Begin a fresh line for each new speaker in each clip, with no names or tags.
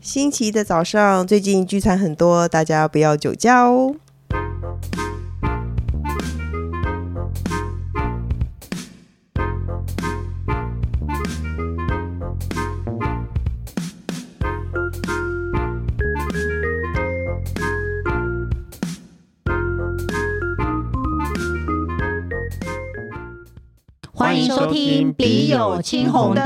星期的早上，最近聚餐很多，大家不要酒驾哦。
欢迎收听《笔友青红灯》。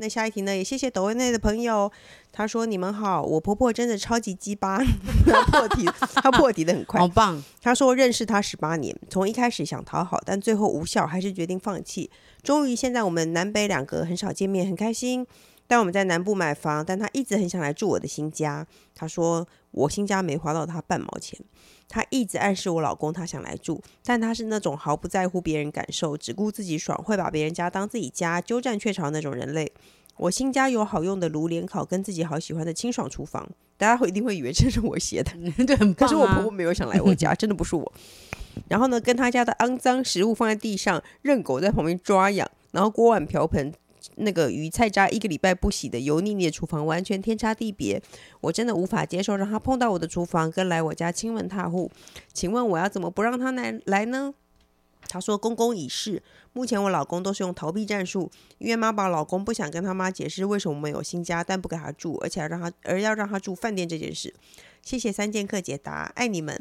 那下一题呢？也谢谢抖音内的朋友，他说：“你们好，我婆婆真的超级鸡巴， 她破 题，她破题的很快
好。棒！
他说认识他十八年，从一开始想讨好，但最后无效，还是决定放弃。终于现在我们南北两隔很少见面，很开心。但我们在南部买房，但他一直很想来住我的新家。他说我新家没花到他半毛钱。他一直暗示我老公他想来住，但他是那种毫不在乎别人感受，只顾自己爽，会把别人家当自己家，鸠占鹊巢那种人类。我新家有好用的炉联烤跟自己好喜欢的清爽厨房，大家会一定会以为这是我写的，
对，很
可
棒、啊。
是我婆婆没有想来我家，真的不是我。然后呢，跟他家的肮脏食物放在地上，任狗在旁边抓痒，然后锅碗瓢盆。那个鱼菜渣一个礼拜不洗的油腻腻的厨房完全天差地别，我真的无法接受让他碰到我的厨房，跟来我家亲吻踏户。请问我要怎么不让他来来呢？他说公公已逝，目前我老公都是用逃避战术，因为妈宝老公不想跟他妈解释为什么我们有新家，但不给他住，而且还让他而要让他住饭店这件事。谢谢三剑客解答，爱你们。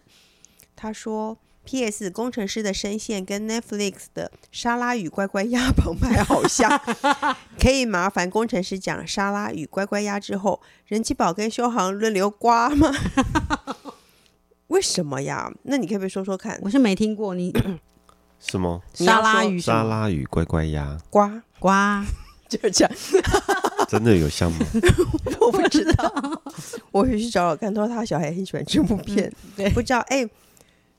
他说：“P.S. 工程师的声线跟 Netflix 的《沙拉与乖乖鸭》 澎湃好像，可以麻烦工程师讲《沙拉与乖乖鸭》之后，人气宝跟修航轮流刮吗？ 为什么呀？那你可不可以说说看？
我是没听过 你
什么
你要
沙拉
说
鱼什
沙
么
拉与乖乖鸭，
刮
瓜，
就是这样，
真的有像吗？
我不知道， 我回去找找看。他说他小孩很喜欢这
嗯
部片，
对
不知道哎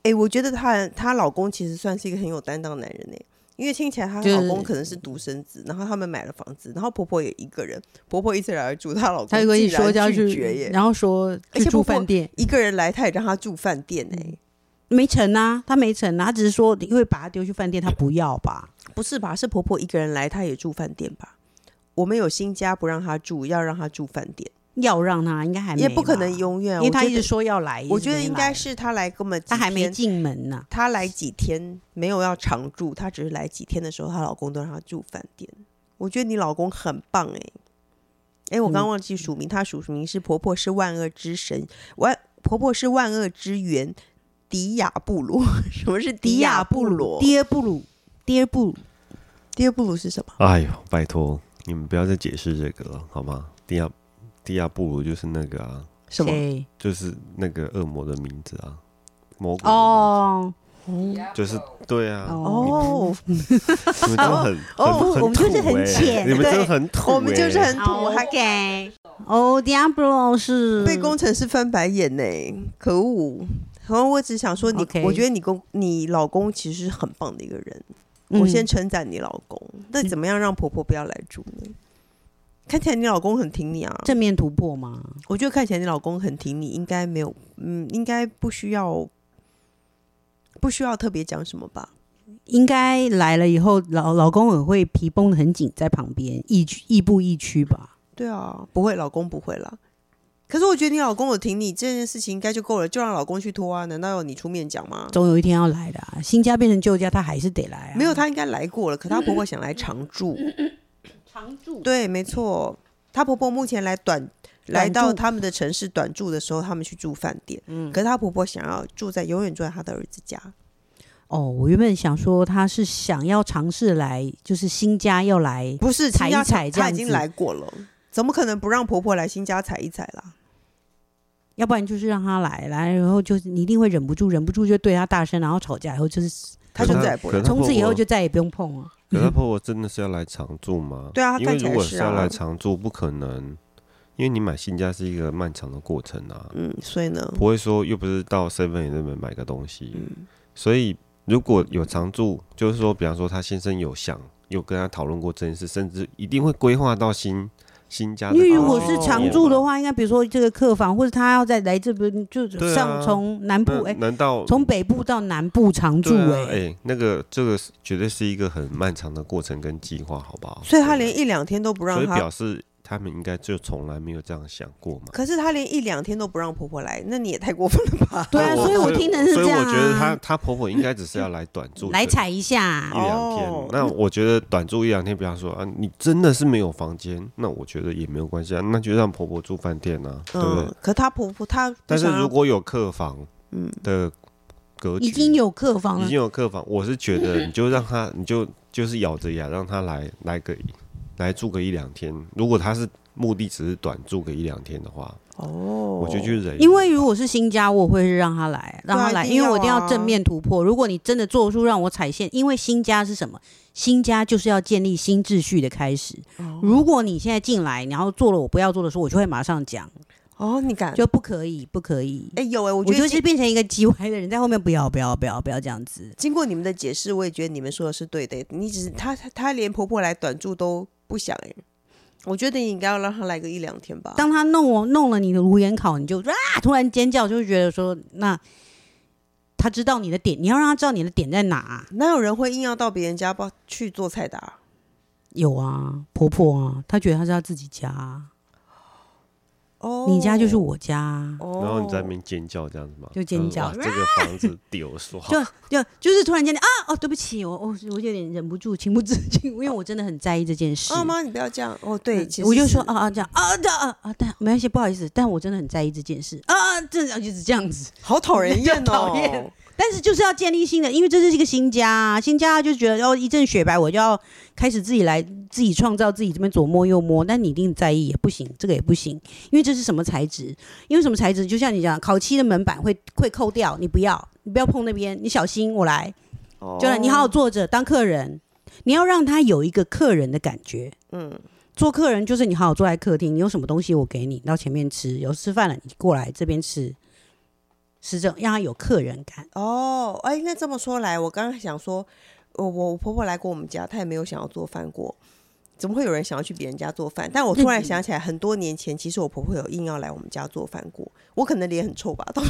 哎、我觉得她她老公其实算是一个很有担当的男人呢、因为听起来她
就是
老公可能是独生子，然后他们买了房子，然后婆婆也一个人，婆婆一直来住，她老公
他有跟 你
竟然
说要
拒
去
绝耶，
然后说
而且
去
婆
住
婆
饭店，
一个人来她也让她住饭店呢、
嗯没成啊，他没成啊，他只是说你会把他丢去饭店，他不要吧？
不是吧？是婆婆一个人来她也住饭店吧？我们有新家不让她住，要让她住饭店，
要让他应该还没
也不可
吧
能，永远，
因为
我
他
觉
一
得
直说要来，
我
一直
觉得
没
应该
来
是他来根本
他还没
进。
进门呢、
她来几天没有要常住，她只是来几天的时候，她老公都让她住饭店。我觉得你老公很棒哎、欸、哎、我刚
嗯
忘记署名，她署名是婆婆是万恶之神，万婆婆是万恶之源迪亚布罗。 什么是迪亚布罗？
迪尔布鲁，迪尔布鲁，
迪亚布罗是什么？
哎呦，拜托你们不要再解释这个了，好吗？迪亚迪亚布鲁就是那个啊，
什么？
谁
就是那个恶魔的名字啊，魔鬼的名字
哦
就是对啊，
哦，
你们真的很
哦
很很
我们就是
土
很
欸
浅
你们真
对
的很土 欸，
哦我们就是很土，还
OK，哦，Diablo 是
被工程师翻白眼呢、可恶！然后我只想说你
OK
我觉得你公你老公其实是很棒的一个人。
嗯
我先称赞你老公，那怎么样让婆婆不要来住呢？看起来你老公很挺你啊，
正面突破嘛，
我觉得看起来你老公很挺你，应该没有，嗯，应该不需要，不需要特别讲什么吧？
应该来了以后，老老公也会皮绷得很紧，在旁边亦亦步亦趋吧。
对啊，不会，老公不会啦。可是我觉得你老公有挺你这件事情应该就够了，就让老公去拖啊，难道要你出面讲吗？
总有一天要来的、啊，新家变成旧家，他还是得来啊。
没有，她应该来过了，可她婆婆想来常住，
嗯常住，
对，没错，她婆婆目前来短
短
来到
住
他们的城市短住的时候，他们去住饭店。
嗯，
可是她婆婆想要住在永远住在她的儿子家，
哦，我原本想说他是想要尝试来，就是新家要来，
不是
踩一
新家
踩这
她
样
已经
子
来过了，怎么可能不让婆婆来新家踩一踩啦？
要不然就是让他来，来，然后就是你一定会忍不住，忍不住就对他大声，然后吵架，然后就是
她
可
就
她
再也不
可
来。
她
从此以
婆
后
婆
嗯
就再也不用碰了。
可是她婆婆真的是要来常住吗？
对啊她
因为
看起来
如果
是
要
啊
来常住，不可能因为你买新家是一个漫长的过程啊，
嗯，所以呢，
不会说又不是到 Seven 那边买个东西，
嗯
所以如果有常住，就是说，比方说他先生有想有跟他讨论过这件事，甚至一定会规划到新新家的
因
房子
为
里
如
面嘛。
果是常住的话，应该比如说这个客房，或者他要再来这边，就
对啊
上从南部
那
哎，
难道
从北部到南部常住
对啊
哎，
哎那个这个是绝对是一个很漫长的过程跟计划，好不好？
所以他
对
连一两天都不
所
让
以
他，
表示他们应该就从来没有这样想过嘛。
可是他连一两天都不让婆婆来，那你也太过分了吧？
对啊，
我
所以我听的是
所
这
以
样
我觉得她
啊，
她婆婆应该只是要来短住
来
个
踩一下啊
一，两天。
哦
那我觉得短住一两天，比方说啊，你真的是没有房间，那我觉得也没有关系啊，那就让婆婆住饭店啊，对不对
嗯？，可他婆婆她不
但是
想让
如果有客房
嗯
的格局，
已经有客房
已
了
经，有 客房，我是觉得你就让她，你就就是咬着牙让她来来个来住个一两天。如果她是目的只是短住个一两天的话，
哦，
我就去忍。
因为如果是新家，我会让他来，让他来，
一定
因为我一定
要
要
啊
正面突破。如果你真的做出让我踩线，因为新家是什么？新家就是要建立新秩序的开始。如果你现在进来，然后做了我不要做的事，我就会马上讲，
哦，你敢
就不可以，不可以。
哎有哎，我
我
觉得
就是
经
变成一个 叽歪的人，在后面不要不要不要不要这样子。
经过你们的解释，我也觉得你们说的是对的。你只是她她她连婆婆来短住都不想哎，我觉得你应该要让她来个一两天吧。
当他弄我弄了你的无眼考，你就啊突然尖叫，就会觉得说，那他知道你的点，你要让他知道你的点在哪。
哪有人会硬要到别人家帮去做菜的、啊？
有啊，婆婆啊，她觉得她是她自己家啊、
哦
你家就是，我家啊、
哦、
然后你在那边尖叫这样子嘛，嗯
就尖叫
哇这个房子 丢爽，
就就就是突然间啊哦，对不起，我我我有点忍不住，情不自禁，因为我真的很在意这件事。
哦妈，你不要这样哦。对，其实
我就是说啊啊这样啊这样啊啊，但没关系，不好意思，但我真的很在意这件事啊，这样就是这样子。
好讨人 厌哦，
讨厌但是就是要建立新的，因为这是一个新家、啊，新家就觉得哦一阵雪白，我就要开始自己来自己创造自己这边左摸右摸，但你一定在意也不行，这个也不行，因为这是什么材质？因为什么材质？就像你讲，烤漆的门板会会扣掉，你不要，你不要碰那边，你小心我来，
哦
就让你好好坐着当客人，你要让他有一个客人的感觉，
嗯，
做客人就是你好好坐在客厅，你有什么东西我给你，你到前面吃，有吃饭了你过来这边吃，是这样，让他有客人感。
哦，哎，那这么说来，我刚刚想说，我我婆婆来过我们家，她也没有想要做饭过。怎么会有人想要去别人家做饭？但我突然想起来，很多年前，其实我婆婆有硬要来我们家做饭过。我可能脸很臭吧，导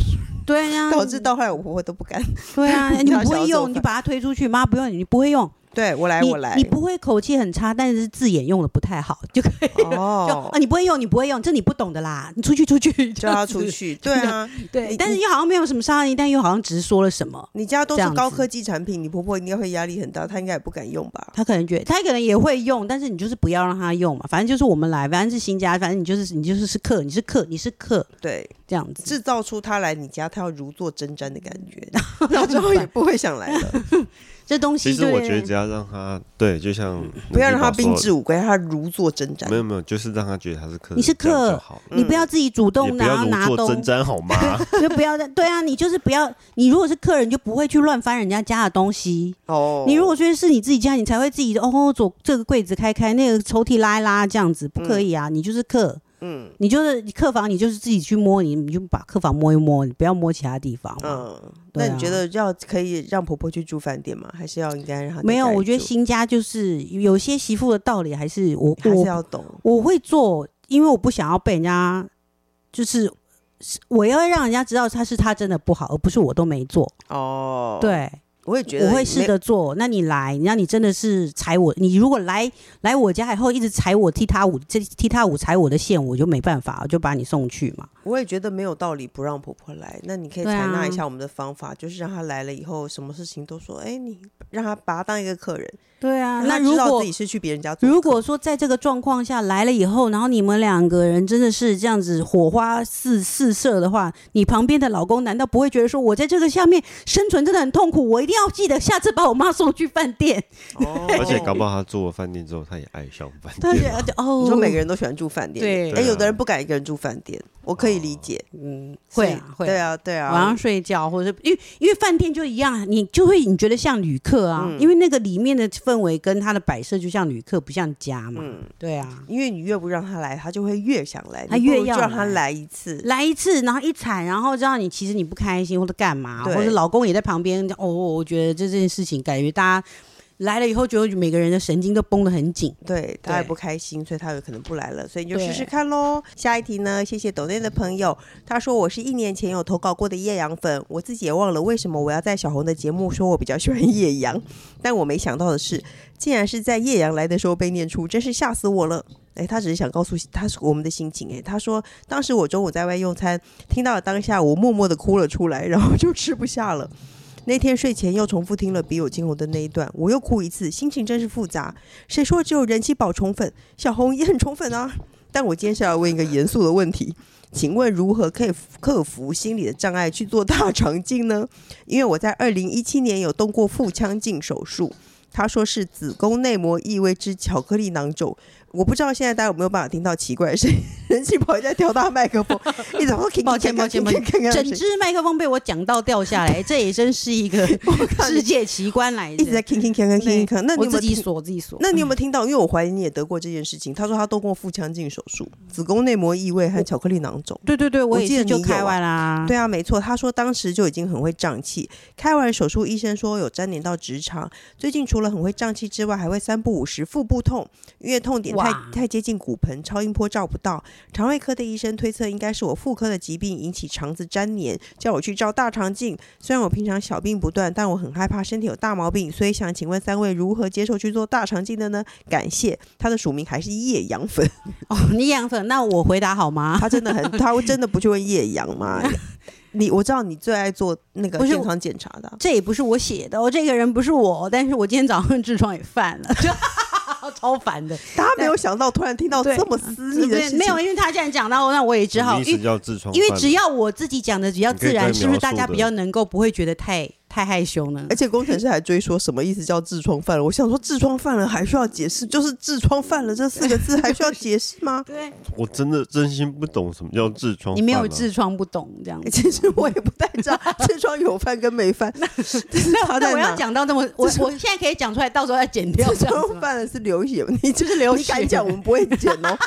对呀、啊，
导致到后来我婆婆都不敢。
对 啊，
你
你
要
不
想要
会
做
用，你
饭
把它推出去，妈不用你，你不会用，
对我来，
你
我来。
你不会口气很差，但是字眼用的不太好，就可以就
哦
啊，，你不会用，你不会用，这你不懂的啦，你出去出 去
就要出，去。对啊，
这样子
你
对，但是又好像没有什么杀伤力，但又好像直说了什么。
你家都
这
是
样
高
子
科技产品，你婆婆应该会压力很大，她应该也不敢用吧？
他可能觉得，他可能也会用，但是你就是不要让他用嘛。反正就是我们来，反正是新家，反正你就是你就是是客，你是客，你是客
对，
这样子。
制造出她来你家，她要如坐针毡的感觉， 她之后也不会想来了。
这东西
其实
就
我
是
觉得只要让他对，就像
嗯
不要让她
他
宾至，武归，她如坐针
没
毡。
有没有，就是让他觉得他是客人，
你是客
这样就好，嗯
你不要自己主
也
动
不
拿
要
拿
如坐
东
针毡好吗？
就不要再对啊，你就是不要，你如果是客人，你就不会去乱翻人家家的东西。
哦，
你如果说是你自己家，你才会自己哦，左这个柜子开开，那个抽屉拉一拉，这样子不可以啊！你就是客，
嗯
你就是客房，你就是自己去摸，你你就把客房摸一摸，你不要摸其他地方嘛。
嗯，
对
那
啊
你觉得要可以让婆婆去住饭店吗？还是要应该让她在
没有，
家里
我觉得
住
新家就是有些媳妇的道理，还是我
还是
我
要懂。
我会做，因为我不想要被人家就是。是我要让人家知道他是他真的不好，而不是我都没做。
哦，，
对，
我也觉得
我会
没
试。着做。那你来，那你真的是踩我，你如果来来我家以后一直踩我踢踏舞，这踢踏舞踩我的线，我就没办法，我就把你送去嘛。
我也觉得没有道理不让婆婆来。那你可以
对
采
啊
纳一下我们的方法，就是让她来了以后，什么事情都说，哎，你让她把她当一个客人。
对啊
那
那
如
如
果
果
自己是去别人家做客，
如果说在这个状况下来了以后，然后你们两个人真的是这样子火花四四射的话，你旁边的老公难道不会觉得说我在这个下面生存真的很痛苦，我一定要记得下次把我妈送去饭店？
哦
而且搞不好他住了饭店之后，他也爱上饭
他觉
店了。
得哦，
你说每个人都喜欢住饭店，
对
哎，
对啊
有的人不敢一个人住饭店，我可以理解，
嗯，会啊会
对，啊对啊，
晚上睡觉或者因为因为饭店就一样，你就会你觉得像旅客啊，
嗯
因为那个里面的氛围跟它的摆设就像旅客，不像家嘛。
嗯，
对啊，
因为你越不让他来，他就会越想来，
他
你不
越
如就
要
让他
来
来一次，
来一次，然后一惨，然后让你其实你不开心或者干嘛，
对
或者老公也在旁边。哦，我觉得这件事情感觉大家来了以后，觉得每个人的神经都绷得很紧。
对他也
对
不开心，所以他有可能不来了，所以你就
对
试试看喽。下一题呢？谢谢抖内的朋友，他说我是一年前有投稿过的夜阳粉，我自己也忘了为什么我要在小红的节目说我比较喜欢夜阳，但我没想到的是，竟然是在夜阳来的时候被念出，真是吓死我了。哎，他只是想告诉他是我们的心情。哎，他说当时我中午在外用餐，听到了当下我默默的哭了出来，然后就吃不下了。那天睡前又重复听了《笔友惊鸿》的那一段，我又哭一次，心情真是复杂。谁说只有人气宝宠粉？小红也很宠粉啊。但我今天是要问一个严肃的问题，请问如何可以克服心理的障碍去做大肠镜呢？ 因为我在二零一七年有动过腹腔镜手术，他说是子宫内膜异位之巧克力囊肿。我不知道现在大家有没有办法听到奇怪的声音， 人气宝在挑大麦克 风，一直说
抱 歉抱歉抱歉整
只。
只麦克风被我讲到掉 下来，这也真是一个世界奇观来
一直在
着。
吭吭吭吭吭吭。那你
我
有没有
自己嗯
听？
锁自己锁。
那你有没有听到？因为我怀疑你也得过这件事情。他说他动过腹腔镜手术，子宫内膜异位和巧克力囊肿。
对对对，
我
我也
记
是
得
就
你有
开
啊
完啦。
对啊，没错。他说当时就已经很会胀气，开完手术，医生说有沾点到直肠。最近除了很会胀气之外，还会三不五时腹部痛，因为痛点太
哇
太接近骨盆，超音波照不到。肠胃科的医生推测应该是我妇科的疾病引起肠子粘连，叫我去照大肠镜。虽然我平常小病不断，但我很害怕身体有大毛病，所以想请问三位如何接受去做大肠镜的呢？感谢他的署名还是叶阳粉，
哦， 你养粉，那我回答好 吗？
他真的很，他真的不去问叶阳 吗？你我知道你最爱做那个
不是
健康检查的啊、
这也不是我写的，哦，这个人不是我，但是我今天早上痔疮也犯了， 就超烦的。
大家没有想到，突然听到
对
这么私密的事情，
没有，因为他这样讲到，那我也只好
你的意
因
思叫痔疮
因为
犯
只要我自己讲的比较自然，
你可以再
是不是大
描
家
述的
比较能够不会觉得太太害羞呢
而？且工程师还追说什么意思叫痔疮犯了？我想说痔疮犯了还需要解释，就是痔疮犯了这四个字还需要解释 吗？
对，
我真的真心不懂什么叫痔疮、
你没有痔，疮不懂这样子。
其实我也不太 知道痔疮有犯跟没犯，
那
差在
那我
哪
要讲到 这么，我我现在可以讲出来，到时候要剪掉
痔
这样子
疮
吗。
犯了是流血，你就是
流血
你敢讲我们不会剪哦。
啊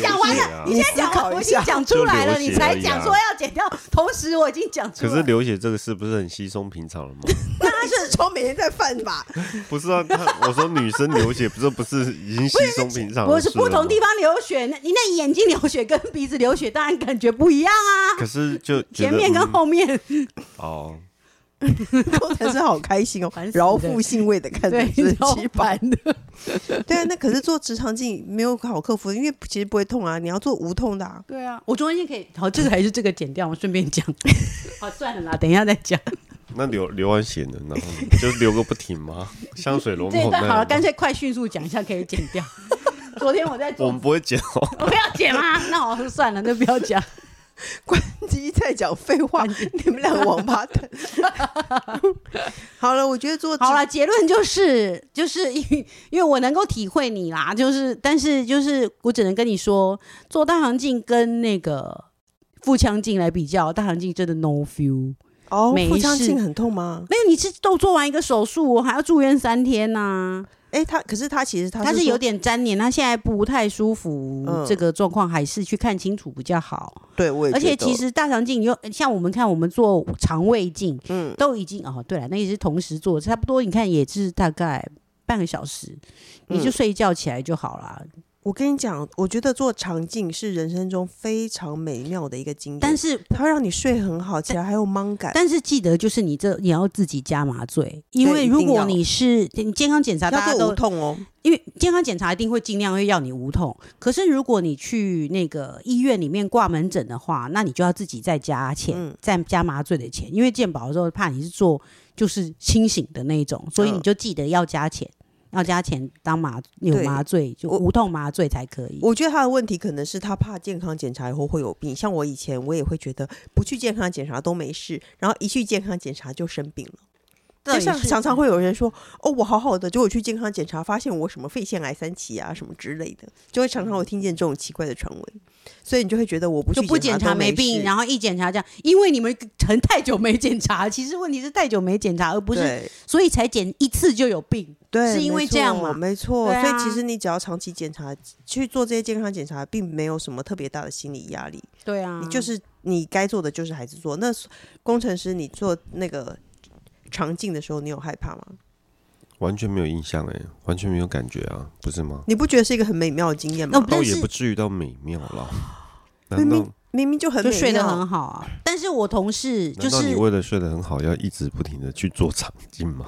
讲完了，
了
你现在讲
思考
完，
一
我已
下
经讲出来了，
就流血
你才
而已啊
讲说要剪掉，同时我已经讲出
可
来。
是流血这个事不是很稀松平常了 吗？
那 他痔疮每天在犯吧？
不是啊，他我说女生流血不是不是已经稀松平常了？
不是不同地。方流血，那你那眼睛流血跟鼻子流血当然感觉不一样啊，
可是就觉
前
得
面跟
嗯
后 面。
哦，
工程师好开心哦
烦，死
饶
了
富兴味的看着
对，
自
超
己吧。
烦的。
对啊，那可是做直肠镜没有好克服，因为其实不会痛 啊，你要做无痛的啊。
对啊，我中间可以，好，这个还是这个剪掉，我顺便 讲。好，算了啦，等一下再讲。
那流流完血呢？然后呢就流个不停吗？香水 龙
这一
头
段
那
好了，
样
干
吗？
脆快迅速讲一下，可以剪 掉。昨天我在
我
做
们，不会剪哦。
我不要 剪吗？那我算了，那不要 讲。
关机在讲废话，你们两个王八 蛋。好了，我觉得做
好了，结论就是，就是因为因为我能够体会你啦，就是，但是就是我只能跟你说，做大肠镜跟那个腹腔镜来比较，大肠镜真的 no feel。
哦，
没
腹腔
事
镜很痛吗？
没有，你是都做完一个手术，我还要住院三天呐、
哎，他可是他其实他
他是
说
有点粘连，他现在不太舒服，
嗯
这个状况还是去看清楚比较好。
对，我也
而且
觉得
其实大肠镜又像我们看，我们做肠胃镜
嗯，
都已经哦，对了，那也是同时做，差不多你看也是大概半个小时，你
嗯
就睡觉起来就好啦。
我跟你讲，我觉得做肠镜是人生中非常美妙的一个经验，
但是
它会让你睡很好，起来还有懵感。
但是记得就是你这你要自己加麻醉，因
对
为
一
如
定
果
要
你是你健康检查，大
要
家
做
都
无痛哦，
因为健康检查一定会尽量会要你无痛，可是如果你去那个医院里面挂门诊的话，那你就要自己再加钱，
嗯
再加麻醉的钱，因为健保的时候怕你是做就是清醒的那一种，所以你就记得要加钱，
嗯
要加钱当麻有
对
麻醉就
我
无痛麻醉才可以。
我觉得他的问题可能是他怕健康检查以后会有病，像我以前我也会觉得不去健康检查都没事，然后一去健康检查就生病了。
到
就
底
像
是
常常会有人说，哦，我好好的，结果去健康检查发现我什么肺腺癌三期啊，什么之类的，就会常常我听见这种奇怪的传闻，所以你就会觉得我不
嗯就
去
不检
查
查
都
没
没
病，
事
然后一检查这样，因为你们曾太久没检查，其实问题是太久没检查，而不是
对
所以才检一次就有病。
对，
是因
没
为这样
错
嘛
没错，
对
所以
啊
其实你只要长期检查，去做这些健康检查，并没有什么特别大的心理压力，
对啊，
你就是你该做的就是还是做。那工程师，你做那个肠镜的时候，你有害怕吗？
完全没有印象哎、完全没有感觉啊，不是吗？
你不觉得是一个很美妙的经验
那
吗？
倒
但
也
是
不至于到美妙 了。难
明
道
明明明就很
就
美
睡得
妙
很好啊。但是我同事就
难道你
是
为了睡得很好，要一直不停的去做肠镜 吗？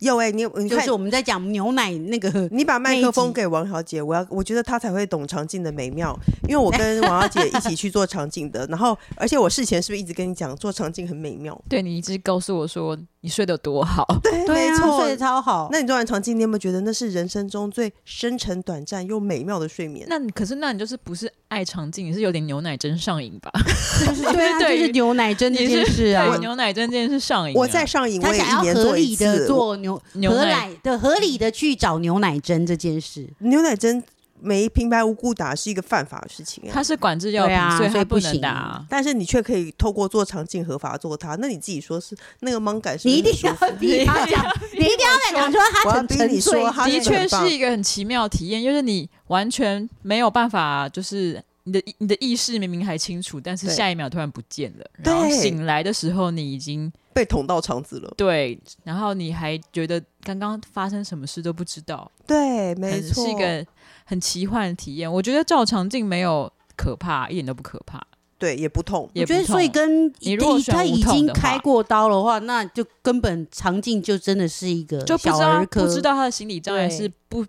有哎、你有你
就
看
是我们在讲牛奶那个，
你把麦
那一
克风
集
给王小姐，我要，我觉得她才会懂肠镜的美妙，因为我 跟王小姐一起去做肠镜的，然后而且我事前是不是一直跟你讲做肠镜很美妙？
对你一直告诉我说你睡得有多好，
对
对
没
啊，
错
睡。得超好。
那你做完肠镜，你有没有觉得那是人生中最深沉、短暂又美妙的睡眠？
那你可是那你就是不是爱肠镜，你是有点牛奶针上 瘾吧？
就是对啊，
对
就是牛奶针这
你
件
是
事啊
对，。牛奶针这件事上瘾啊、
我在上瘾，
他
我也
想
一
要
年
合
做一
理的
次。我
做牛
牛
合
奶
理的合理的去找牛奶针这件事，
牛奶针没平白无故打是一个犯法的事情、啊，
它是管制药品，
对啊
所以
所以
它
不
能
行
打啊。
但是你却可以透过做肠镜合法做它，那你自己说是那个盲感是
你一
不是
定
很舒
要
服？
逼他讲，你一定要再讲说
我
他
要
很
逼
沉
你
醉
说他
啊的
真的
确
很棒
是一个很奇妙的体验，就是你完全没有办法，就是你的你的意识明明还清楚，但是
对
下一秒突然不见了，然后
对
醒来的时候你已经
被捅到肠子了。
对，然后你还觉得刚刚发生什么事都不知道，
对，
很
没错，
嗯是一个很奇幻的体验。我觉得照常镜没有可怕，一点都不可怕，
对，也不痛。
也
我觉得，
不
所以
痛
跟
你如果
一
选
他
无
已
痛
经
的话
开过刀的话，那就根本肠镜就真的是一个
就不
小
知道
儿科，
不知道他的心理障碍
对
是不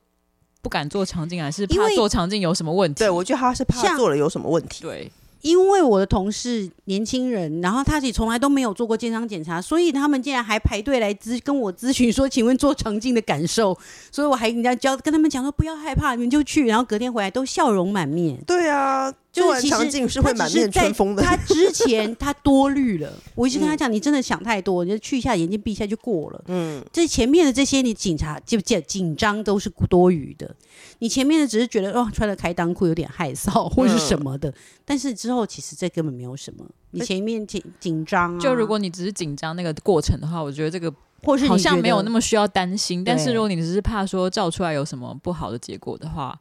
不敢做肠镜，还是
因
怕
为
做肠镜有什么问题？
对，我觉得他是怕
像
做了有什么问题。
对
因为我的同事年轻人，然后他也从来都没有做过健康检查，所以他们竟然还排队来咨跟我咨询说，请问做肠镜的感受。所以我还跟人家教跟他们讲说，不要害怕，你们就去。然后隔天回来都笑容满 面。
对啊，
就是
做完
其实
肠镜是会满面春风的。
他之前他多虑了，我一直跟他讲，你真的想太多，你就去一下眼睛闭一下就过了。
嗯，
这前面的这些你警察就紧紧张都是多余的，你前面的只是觉得哦穿了开裆裤有点害臊或是什
嗯
么的，但是之后其实这根本没有什么。你前面紧紧张、啊，
就如果你只是紧张那个过程的话，我觉得这个
或是
好像没有那
么
么需要担心。但是
对
如果你只是怕说照出来有什么不好的结果的话，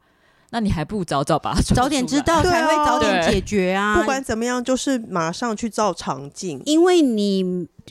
那你还不如早早把它照
早点
出
知
来
道
对啊
才会早点
对
解决啊，
不管怎么样，就是马上去照肠镜。
因为你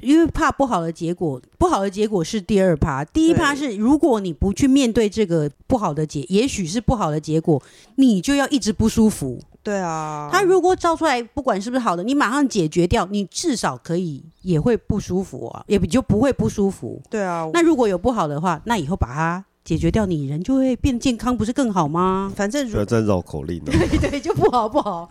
因为怕不好的结果，不好的结果是第二趴，第一趴
对
是如果你不去面对这个不好的结，也许是不好的结果，你就要一直不舒服。
对啊，
它如果照出来，不管是不是好的，你马上解决掉，你至少可以也会不舒服啊，也比就不会不舒服。
对啊，？
那如果有不好的话，那以后把它解决掉，你人就会变健康，不是更好吗
反正
不要
如
再绕口令了、
对，就不好不好。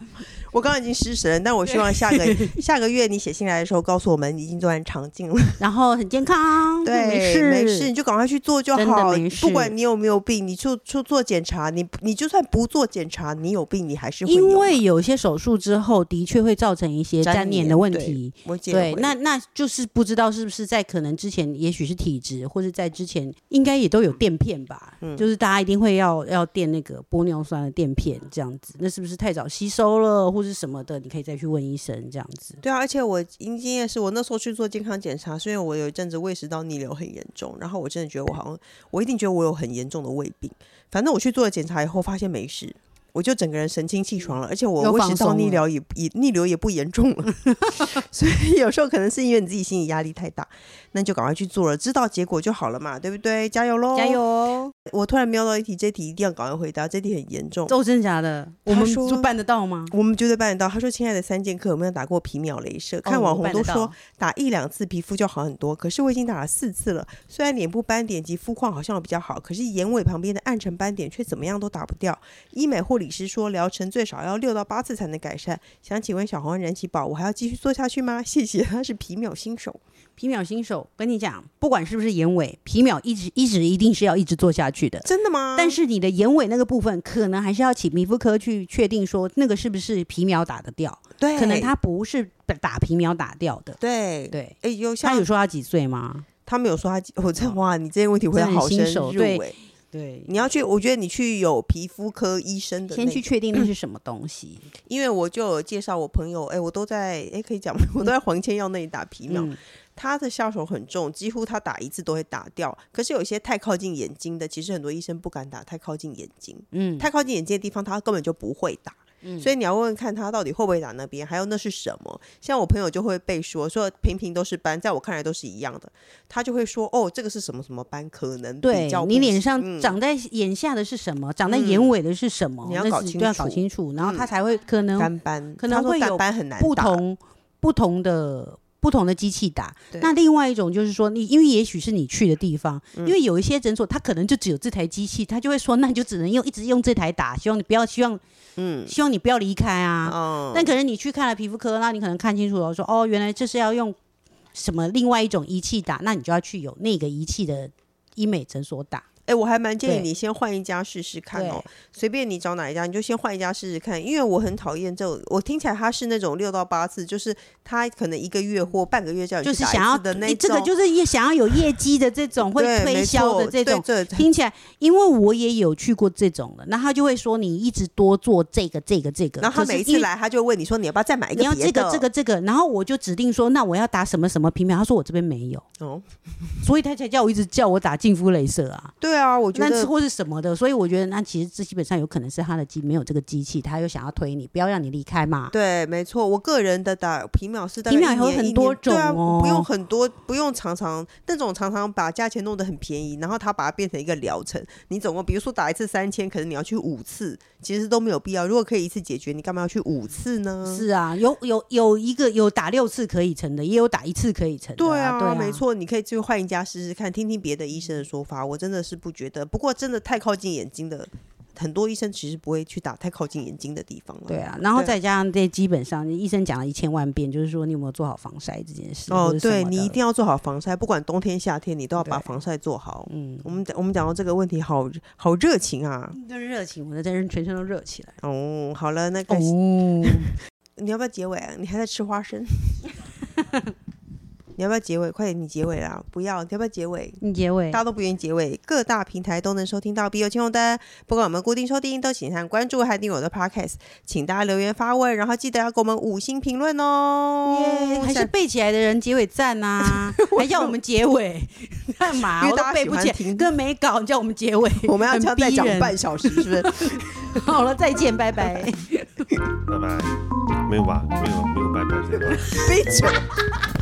我刚刚已经失神了，但我希望下个 下个月你写信来的时候告诉我们你已经做完肠镜了。
然后很健康，
对，
没事
没事，你就赶快去做就
真的
好
没。事
不管你有没有病，你就去做检查。你你就算不做检查，你有病你还是会有嘛。啊
因为有些手术之后的确会造成一些
粘
粘连
连
的问
对
题，
我姐
对，
会
那那就是不知道是不是在可能之前，也许是体质，或是在之前应该也都有垫片吧，
嗯
就是大家一定会要要垫那个玻尿酸的垫片这样子，那是不是太早吸收了，或是什么的？你可以再去问医生这样子。
对啊，而且我因经验是我那时候去做健康检查，是因为我有一阵子胃食道逆流很严重，然后我真的觉得我好像我一定觉得我有很严重的胃病，反正我去做了检查以后发现没事。我就整个人神清气爽了，而且我
又
胃
放
食道
松
逆
了
流也也逆流也不严重了， 所以有时候可能是因为你自己心理压力太大，那你就赶快去做了，知道结果就好了嘛，对不对？加油喽！
加！油！哦
我突然瞄到一题，这题一定要赶快回答，这题很严重。
这哦真的假的？我
哦他
们
说
就办得到吗？
我们绝对办得到。他说：“亲爱的三剑客，有没有打过皮秒镭射？ 看
哦
网
我
红
办
都
得
说
到
打一两次皮肤就好很多，可是我已经打了四次了。虽然脸部斑点及肤况好像有比较好，可是眼尾旁边的暗沉斑点却怎么样都打不掉。医美护理师说疗程最少要六到八次才能改善。想请问小黄人气宝，我还要继续做下去吗？谢谢，他是皮秒新手。
皮秒新手，跟你讲，不管是不是眼尾，皮秒一直一直一定是要一直做下去的。
真的吗？
但是你的眼尾那个部分，可能还是要请皮肤科去确定说那个是不是皮秒打得掉，
对，
可能他不是打皮秒打掉的。
对
对，
哎有
他
像
有说他几岁吗？
他没有说他几，我真的哇，你这些问题回答
真的
好
很新
深
手
入
对
哎。
对，
你要去，我觉得你去有皮肤科医生的、那
先去
个
确定那 是什么东西。
因为我就有介绍我朋友，哎，我都在，哎，可以讲吗？ 我都在黄千耀那里打皮秒，
嗯，
他的下手很重，几乎他打一次都会打掉。可是有一些太靠近眼睛的，其实很多医生不敢打太靠近眼睛，
嗯，
太靠近眼睛的地方他根本就不会打。所以你要问问看他到底会不会打那边，还有那是什么？像我朋友就会被说说平平都是斑，在我看来都是一样的，他就会说哦，这个是什么什么斑，可能
对
比较
你
不
脸
是
上
嗯
长在眼下的是什么，长在
嗯
眼尾的是什么，
你要
那
搞
是
清
都要搞
楚
清楚，然后他
嗯
才会可能
干斑，
可能
他说
会
干
有
斑很难
不
打
同不同的不同的机器打。
对
那另外一种就是说，你因为也许是你去的地方，
嗯
因为有一些诊所它可能就只有这台机器，他就会说，那你就只能用一直用这台打，希望你不要希望
嗯
希望你不要离开啊。
哦，
但可能你去看了皮肤科，那你可能看清楚了，说哦，原来这是要用什么另外一种仪器打，那你就要去有那个仪器的医美诊所打。
哎，我还蛮建议
对
你先换一家试试看
对
哦，随便你找哪一家，你就先换一家试试看，因为我很讨厌这种，我听起来他是那种六到八次，就是他可能一个月或半个月叫你
就
去
是
打一
想要
次的那
诶
种，
这个就是也想要有业绩的 这种，会
对
推
没
销的
错
这
对
种。
这
听起来，因为我也有去过这种了，那他就会说你一直多做这个这个这个，
然后他
可是
每一
因
次
为
来，他就问你说你要不要再买一个
你要
别的？
这个这个这个，然后我就指定说那我要打什么什么皮秒，他说我这边没有，
哦，
所以他才叫我一直叫我打净肤镭射啊，
对啊，我觉
那
得
或是什么的，所以我觉得那其实这基本上有可能是他的机没有这个机器，他又想要推你，不要让你离开嘛。
对，没错。我个人的打皮秒是大概
皮秒
一
有
年
很
一年
多
对啊
种哦
不用很多，不用常常那种常常把价钱弄得很便宜，然后他把它变成一个疗程。你总共比如说打一次三千，可能你要去五次，其实都没有必要。如果可以一次解决，你干嘛要去五次呢？
是啊，有有有一个有打六次可以成的，也有打一次可以成的、
对
啊，
啊，
对
没。错，你可以去换一家试试看，听听别的医生的说法。我真的是不觉得，不过真的太靠近眼睛的，很多医生其实不会去打太靠近眼睛的地方了。
对啊，然后
对
再加上这基本上医生讲了一千万遍，就是说你有没有做好防晒这件事。或
哦
者，什
对
么
你
的
一定要做好防晒，不管冬天夏天，你都要把
对
防晒做好。
嗯，
我们讲我们讲到这个问题好，好热情啊！
这热情，我的在人全身都热起来。
哦，好了，那个、
哦，
你要不要结尾啊？你还在吃花生？ 你要不要结尾？快点，你结尾啦！不要，你要不要结尾？
你结尾
大家都不愿意结尾，各大平台都能收听到《笔友青红灯》，不管我们固定收听，都请按关注和订阅我的 Podcast，请大家留言发问，然后记得要给我们五星评论哦。
耶，还是背起来的人结尾 赞呐，还要我们结尾干嘛？
因为
我都
大家
背
喜
不
欢
起来，
听
根本没搞，你叫我们结尾，
我们要
很
这样再
逼
讲
人
半小时，是不 是？
好了，再见，拜拜。
拜拜，没有吧？没有，没有拜拜，没有吧。
闭嘴。